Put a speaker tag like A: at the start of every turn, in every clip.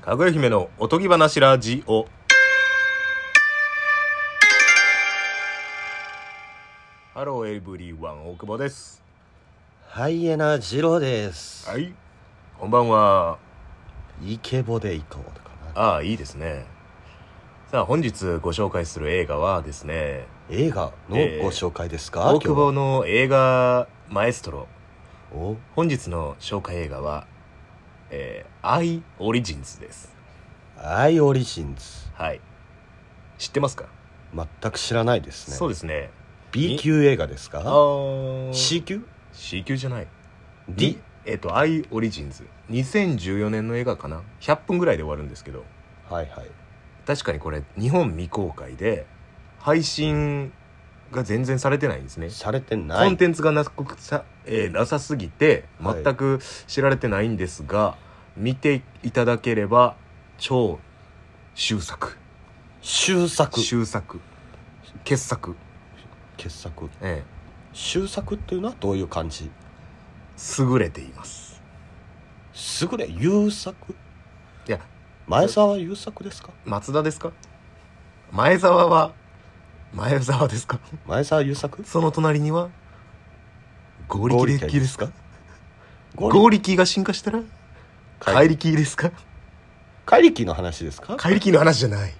A: かぐや姫のおとぎ話ラジオハローエブリワン大久保です
B: ハイエナジロです。
A: いこんばんは
B: イケボで行こうとかな。
A: ああいいですねさあ本日ご紹介する映画はですね
B: 映画の
A: えー
B: ご紹介ですか、
A: 大久保
B: 今
A: の映画マエストロ
B: 日お
A: 本日の紹介映画は「えー、アイ・オリジンズ」です
B: アイオリジンズ。
A: はい知ってますか
B: 全く知らないですね。
A: そうですね
B: B 級映画です
A: あ
B: か
A: ー
B: ?C 級
A: C 級じゃない
B: ?D?
A: えっ、と「アイ・オリジンズ」2014年の映画かな100分ぐらいで終わるんですけど
B: はいはい。
A: 確かにこれ日本未公開で配信が全然されてないんですね
B: されてな
A: コ
B: い。
A: ンテンツがなくさ、えーなさすぎて
B: はい
A: 全く知られてないんですが、見ていただければ超終作
B: 終作。
A: 終作傑作、
B: 傑作。
A: え
B: 終作っていうのはどういう感じ
A: え優れています
B: 優れ、優作
A: いや
B: 前澤優作ですか
A: 松田ですか前澤は前澤ですか
B: 前澤優作
A: その隣には合力でですか
B: ゴ
A: 合
B: ーリ
A: 力が進化したら
B: 怪
A: 怪
B: 力。
A: 力ですか
B: 怪力の話ですか
A: 怪力の話じゃない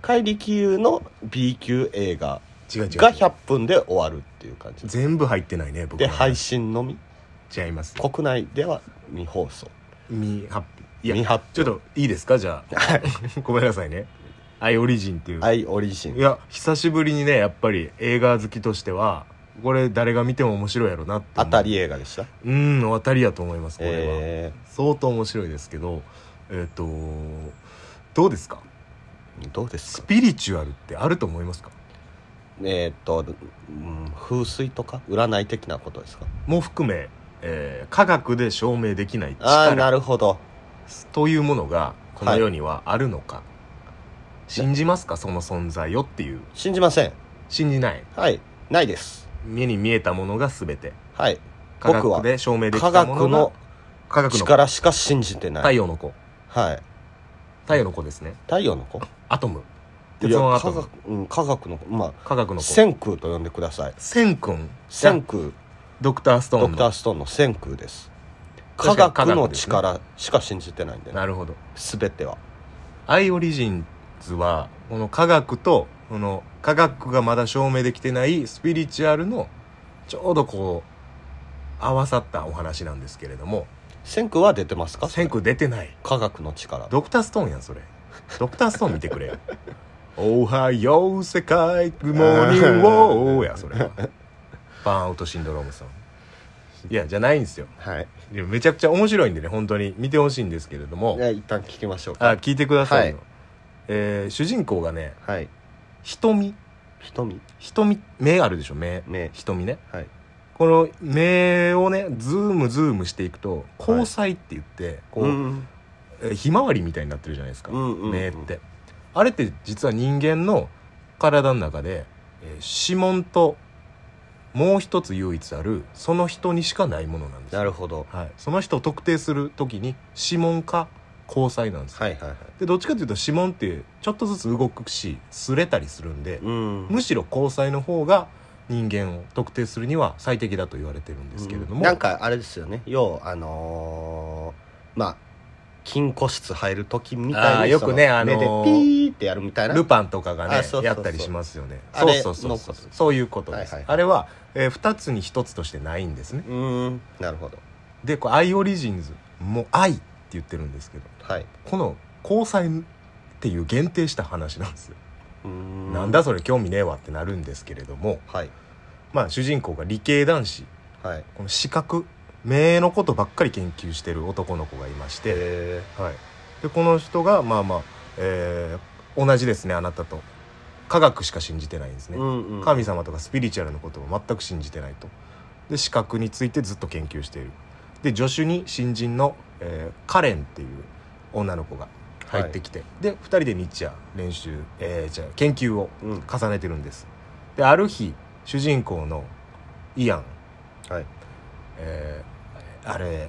B: 怪力の B 級映画。
A: 違う違う違う
B: が100分で終わるっていう感じ
A: 全部入ってないね僕
B: で
A: の話
B: 配信のみ
A: 違います
B: 国内では未放送
A: 未発表いや
B: 未発
A: ちょっといいですかじゃ
B: は
A: あ ごめんなさいね「アイオリジン」っていう、
B: アイオリジ
A: い、
B: ン
A: や久しぶりにねやっぱり映画好きとしてはこれ誰が見ても面白いやろなって
B: 当た
A: り
B: り映画でした
A: うん当たりやと思いますこれは、
B: え
A: 相当面白いですけどえっ、とどうですか
B: ー、どうで
A: ス
B: すか
A: ピリチュアルってあると思いますか
B: えーっと、うん、風水とか占い的なことですか
A: も含め、えー科学で証明できない
B: ああな
A: 力
B: るほど
A: というものがこの世にはあるのか、信じますかその存在をっていう
B: 信じません
A: 信じない
B: はいないです
A: 目に見えたものが全て
B: はい
A: 科
B: 僕は
A: 学で証明でき
B: 科
A: たも
B: 学
A: のが
B: の
A: 科学の
B: 力しか信じてな
A: 太
B: い
A: 陽の子
B: はい
A: 太陽の子ですね
B: 太陽の子
A: アトム
B: い
A: 鉄
B: や
A: のア
B: 科
A: トム
B: 学、うん、科学の子ま
A: 科学
B: あ
A: の子
B: 千空と呼んでください
A: セン君
B: 千空
A: ドクターストー
B: ド
A: ン
B: ク
A: の
B: ターストーンの千空です科
A: 確かに科
B: 学
A: 学
B: の
A: ですね
B: 力しか信じてないんでね
A: なるほど
B: 全ては
A: アイオリジンズはこの科学とこの科学がまだ証明できてないスピリチュアルのちょうどこう合わさったお話なんですけれども
B: 千空は出てますか
A: セン君出てない
B: 科学の力
A: ドクターストーンやんそれドクターストーン見てくれよおはよう世界グッモーニングウォーやそれはバーンアウトシンドロームさんいやじゃないんですよ
B: はい
A: いやめちゃくちゃ面白いんでね本当に見てほしいんですけれども
B: じゃあ一旦聞きましょうか
A: あ聞いてくださいよ、
B: は
A: えー主人公がね
B: はい
A: 瞳
B: 瞳
A: 瞳目あるでしょ目
B: 目
A: 瞳ね
B: はい
A: この目をねズームズームしていくと虹彩って言って、こう、
B: ん
A: えーひまわりみたいになってるじゃないですか、
B: うんうんうん
A: 目ってあれって実は人間の体の中で、えー指紋ともう一つ唯一あるその人にしかないものなんです
B: なるほど
A: はい、その人を特定する時に指紋か交際なんですよ、
B: はいはいはい
A: でどっちかというと指紋ってちょっとずつ動くし擦れたりするんで、
B: うん
A: むしろ交際の方が人間を特定するには最適だと言われてるんですけれども、
B: なんかあれですよね要あのーまあ金庫室入る時みたい
A: あー
B: に
A: よくねあのー
B: 目でピーってやるみたいな
A: ルパンとかがね
B: あそうそうそう
A: やったりしますよね
B: あ
A: そう
B: れ
A: そうそうそう
B: のこと
A: そういうことです、
B: はいはい
A: あれは、え2つに1つとしてないんですね
B: うんなるほど
A: でこうアイオリジンズもう「愛」って言ってるんですけど
B: はい
A: この交際っていう限定した話なんですよ、
B: うん
A: なんだそれ興味ねえわってなるんですけれども
B: はい
A: まあ主人公が理系男子
B: はい
A: この視覚目のことばっかり研究してる男の子がいまして、
B: え
A: はい、でこの人がまあまあ、えー同じですねあなたと科学しか信じてないんですね、
B: うんうん
A: 神様とかスピリチュアルのことを全く信じてないとで視覚についてずっと研究しているで助手に新人の、えーカレンっていう女の子が入ってきて、で2人で日夜練習、えーじゃあ研究を
B: うん
A: 重ねてるんですである日主人公のイアン、
B: はい
A: えーあれ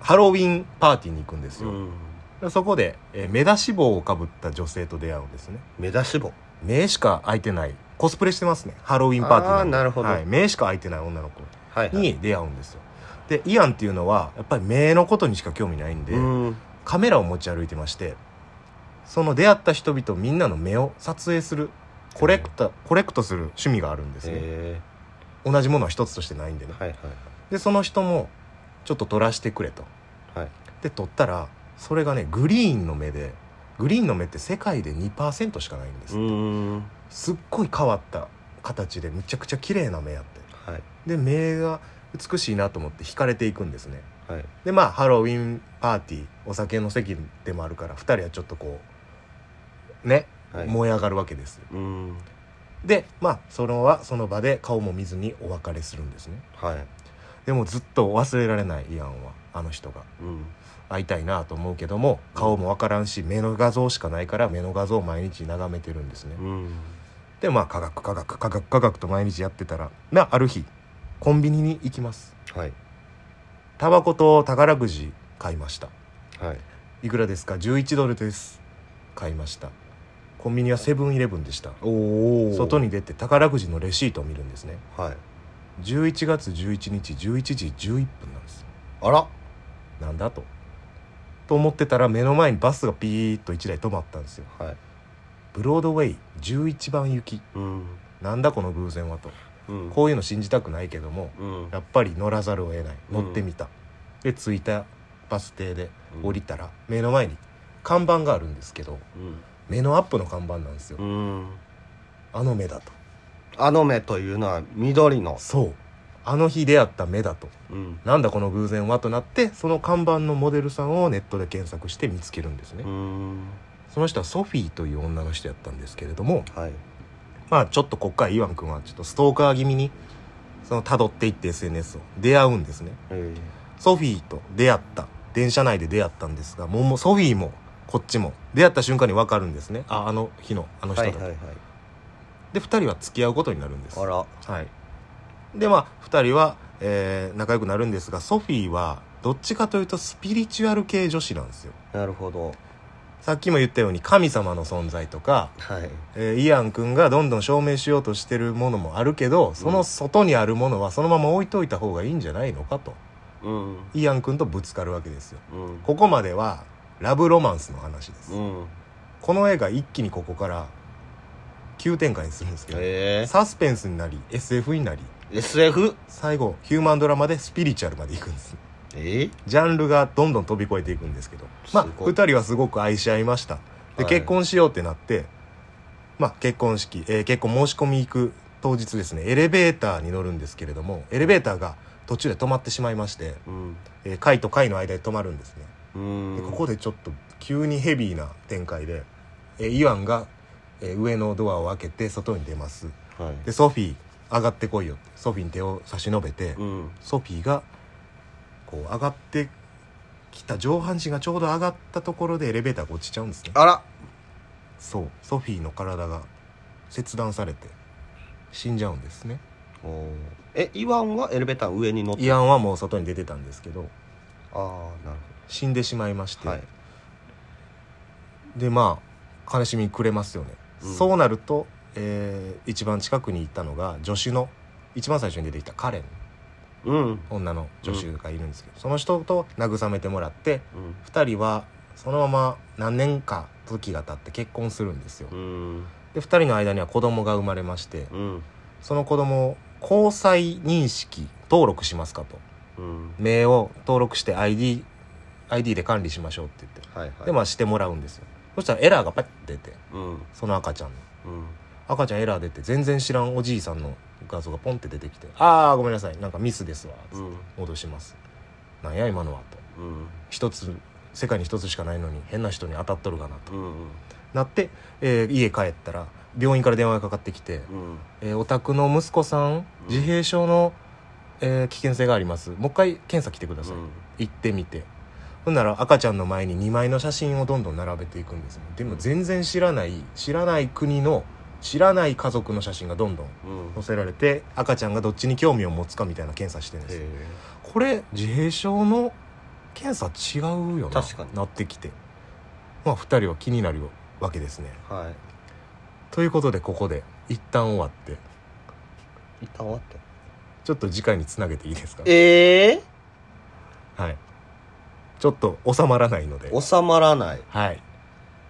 A: ハロウィンパーティーに行くんですよ、
B: ん
A: そこで、えー目出し帽をかぶった女性と出会うんですね
B: 目出し帽
A: 目しか開いてないコスプレしてますねハロウィンパーティーんで
B: あーなるほど
A: はい、目しか開いてない女の子
B: はい、はい、
A: に出会うんですよでイアンっていうのはやっぱり目のことにしか興味ないんで、
B: うん
A: カメラを持ち歩いてましてその出会った人々みんなの目を撮影するコレクタコレクトする趣味があるんですね、
B: え
A: 同じものは一つとしてないんでね
B: ー、はいはい
A: でその人もちょっと撮らしてくれと
B: はい
A: で撮ったらそれがねグリーンの目でグリーンの目って世界で2%しかないんです、
B: うーんは
A: すっごい変わった形でむちゃくちゃ綺麗な目やって
B: い
A: で目が美しいなと思って惹かれていくんですね
B: はい
A: でまあハロウィンパーティーお酒の席でもあるから2人はちょっとこうね、
B: はい
A: 燃え上がるわけですよ
B: うーん
A: でまあそのはその場で顔も見ずにお別れするんですね
B: はい
A: でもずっと忘れられないイアンはあの人が
B: うん
A: 会いたいなと思うけども顔もわからんし目の画像しかないから目の画像を毎日眺めてるんですね
B: うん
A: でまあ科学科学科学科学と毎日やってたらなある日コンビニに行きます
B: はい
A: タバコと宝くじ買いました
B: はい
A: いくらですか11ドルです買いましたコンビニはセブンイレブンでした
B: おお
A: 外に出て宝くじのレシートを見るんですね
B: はい
A: 11月11日11時11分なんです
B: あら
A: なんだとと思ってたら目の前にバスがピーッと1台止まったんですよ
B: はい
A: ブロードウェイ11番行き
B: うん
A: なんだこの偶然はと
B: うん
A: こういうの信じたくないけども
B: うん
A: やっぱり乗らざるを得ない
B: うん
A: 乗ってみた、で着いたバス停で
B: うん
A: 降りたら目の前に看板があるんですけど目のアップの看板なんですよ、
B: うんうん
A: あの目だと
B: あの目というのは緑の
A: そうあの日出会った目だと
B: うん
A: なんだこの偶然はとなってその看板のモデルさんをネットで検索して見つけるんですね、
B: うん
A: その人はソフィーという女の人やったんですけれども
B: はい
A: まあちょっとこっからイワン君はちょっとストーカー気味にその辿っていって SNS を出会うんですね
B: え
A: ソフィーと出会った電車内で出会ったんですがもうもうソフィーもこっちも出会った瞬間に分かるんですねああの日のあの
B: ー
A: 人だ
B: はい
A: と、
B: はいはい
A: で2人は付き合うことになるんです
B: あら
A: はい、でまあ2人は、えー仲良くなるんですがソフィーはどっちかというとスピリチュアル系女子なんですよ
B: なるほど
A: さっきも言ったように神様の存在とか、
B: はい
A: えーイアン君がどんどん証明しようとしてるものもあるけどその外にあるものはそのまま置いといた方がいいんじゃないのかと
B: うん
A: イアン君とぶつかるわけですよ
B: うん
A: ここまではラブロマンスの話です、
B: うん
A: この絵が一気にここから急展開にするんですけど、
B: え
A: サスペンスになり SF になり
B: ー SF
A: 最後ヒューマンドラマでスピリチュアルまで行くんです
B: えー
A: ジャンルがどんどん飛び越えていくんですけどますあ
B: ごい
A: 2人はすごく愛し合いましたで
B: はい
A: 結婚しようってなって、まあ結婚式、えー結婚申し込み行く当日ですねエレベーターに乗るんですけれどもエレベーターが途中で止まってしまいまして、
B: うん
A: えー階と階の間で止まるんですね
B: うん
A: でここでちょっと急にヘビーな展開で、えーイワンが、えー上のドアを開けて外に出ます
B: はい
A: でソフィー上がってこいよってソフィーに手を差し伸べて、
B: うん
A: ソフィーがこう上がってきた上半身がちょうど上がったところでエレベーターが落ちちゃうんですね
B: あら
A: そうソフィーの体が切断されて死んじゃうんですね
B: おーえイワンはエレベーターの上に乗って
A: イアンはもう外に出てたんですけど
B: ああなる
A: 死んでしまいまし
B: ほ
A: て、
B: どはい
A: でまあ悲しみに暮れますよね、
B: うん
A: そうなると、えー一番近くにいたのが助手の一番最初に出てきたカレン
B: うんうん
A: 女の助手がいるんですけど、その人と慰めてもらって2人はそのまま何年か時が経って結婚するんですよ
B: うん
A: で2人の間には子供が生まれまして
B: うん
A: その子供を交際認識登録しますかと
B: うん
A: 名を登録して ID, ID で管理しましょうって言って
B: はいはい
A: でまあしてもらうんですよそしたらエラーがパッて出て
B: うんうん
A: その赤ちゃんの赤ちゃんエラー出て全然知らんおじいさんの画像がポンって出てきて「ああごめんなさいなんかミスですわ」つ
B: う
A: って
B: ん
A: 戻します「なんや今のは」と
B: うん
A: 一つ世界に一つしかないのに変な人に当たっとるかなと
B: うん
A: なって、えー家帰ったら病院から電話がかかってきて
B: うん
A: 「えーお宅の息子さん自閉症の、えー危険性がありますもう一回検査来てください」行ってみてほんなら赤ちゃんの前に2枚の写真をどんどん並べていくんですねでも全然知らない知らない国の知らない家族の写真がどんどん
B: うん
A: 載せられて赤ちゃんがどっちに興味を持つかみたいな検査してるんですよこれ自閉症の検査違うよな
B: 確かに
A: なってきてまあ、2人は気になるわけですね
B: はい
A: ということでここで一旦終わって
B: 一旦終わって
A: ちょっと次回につなげていいですか
B: え
A: はいちょっと収まらないので
B: ー、収まらない
A: はい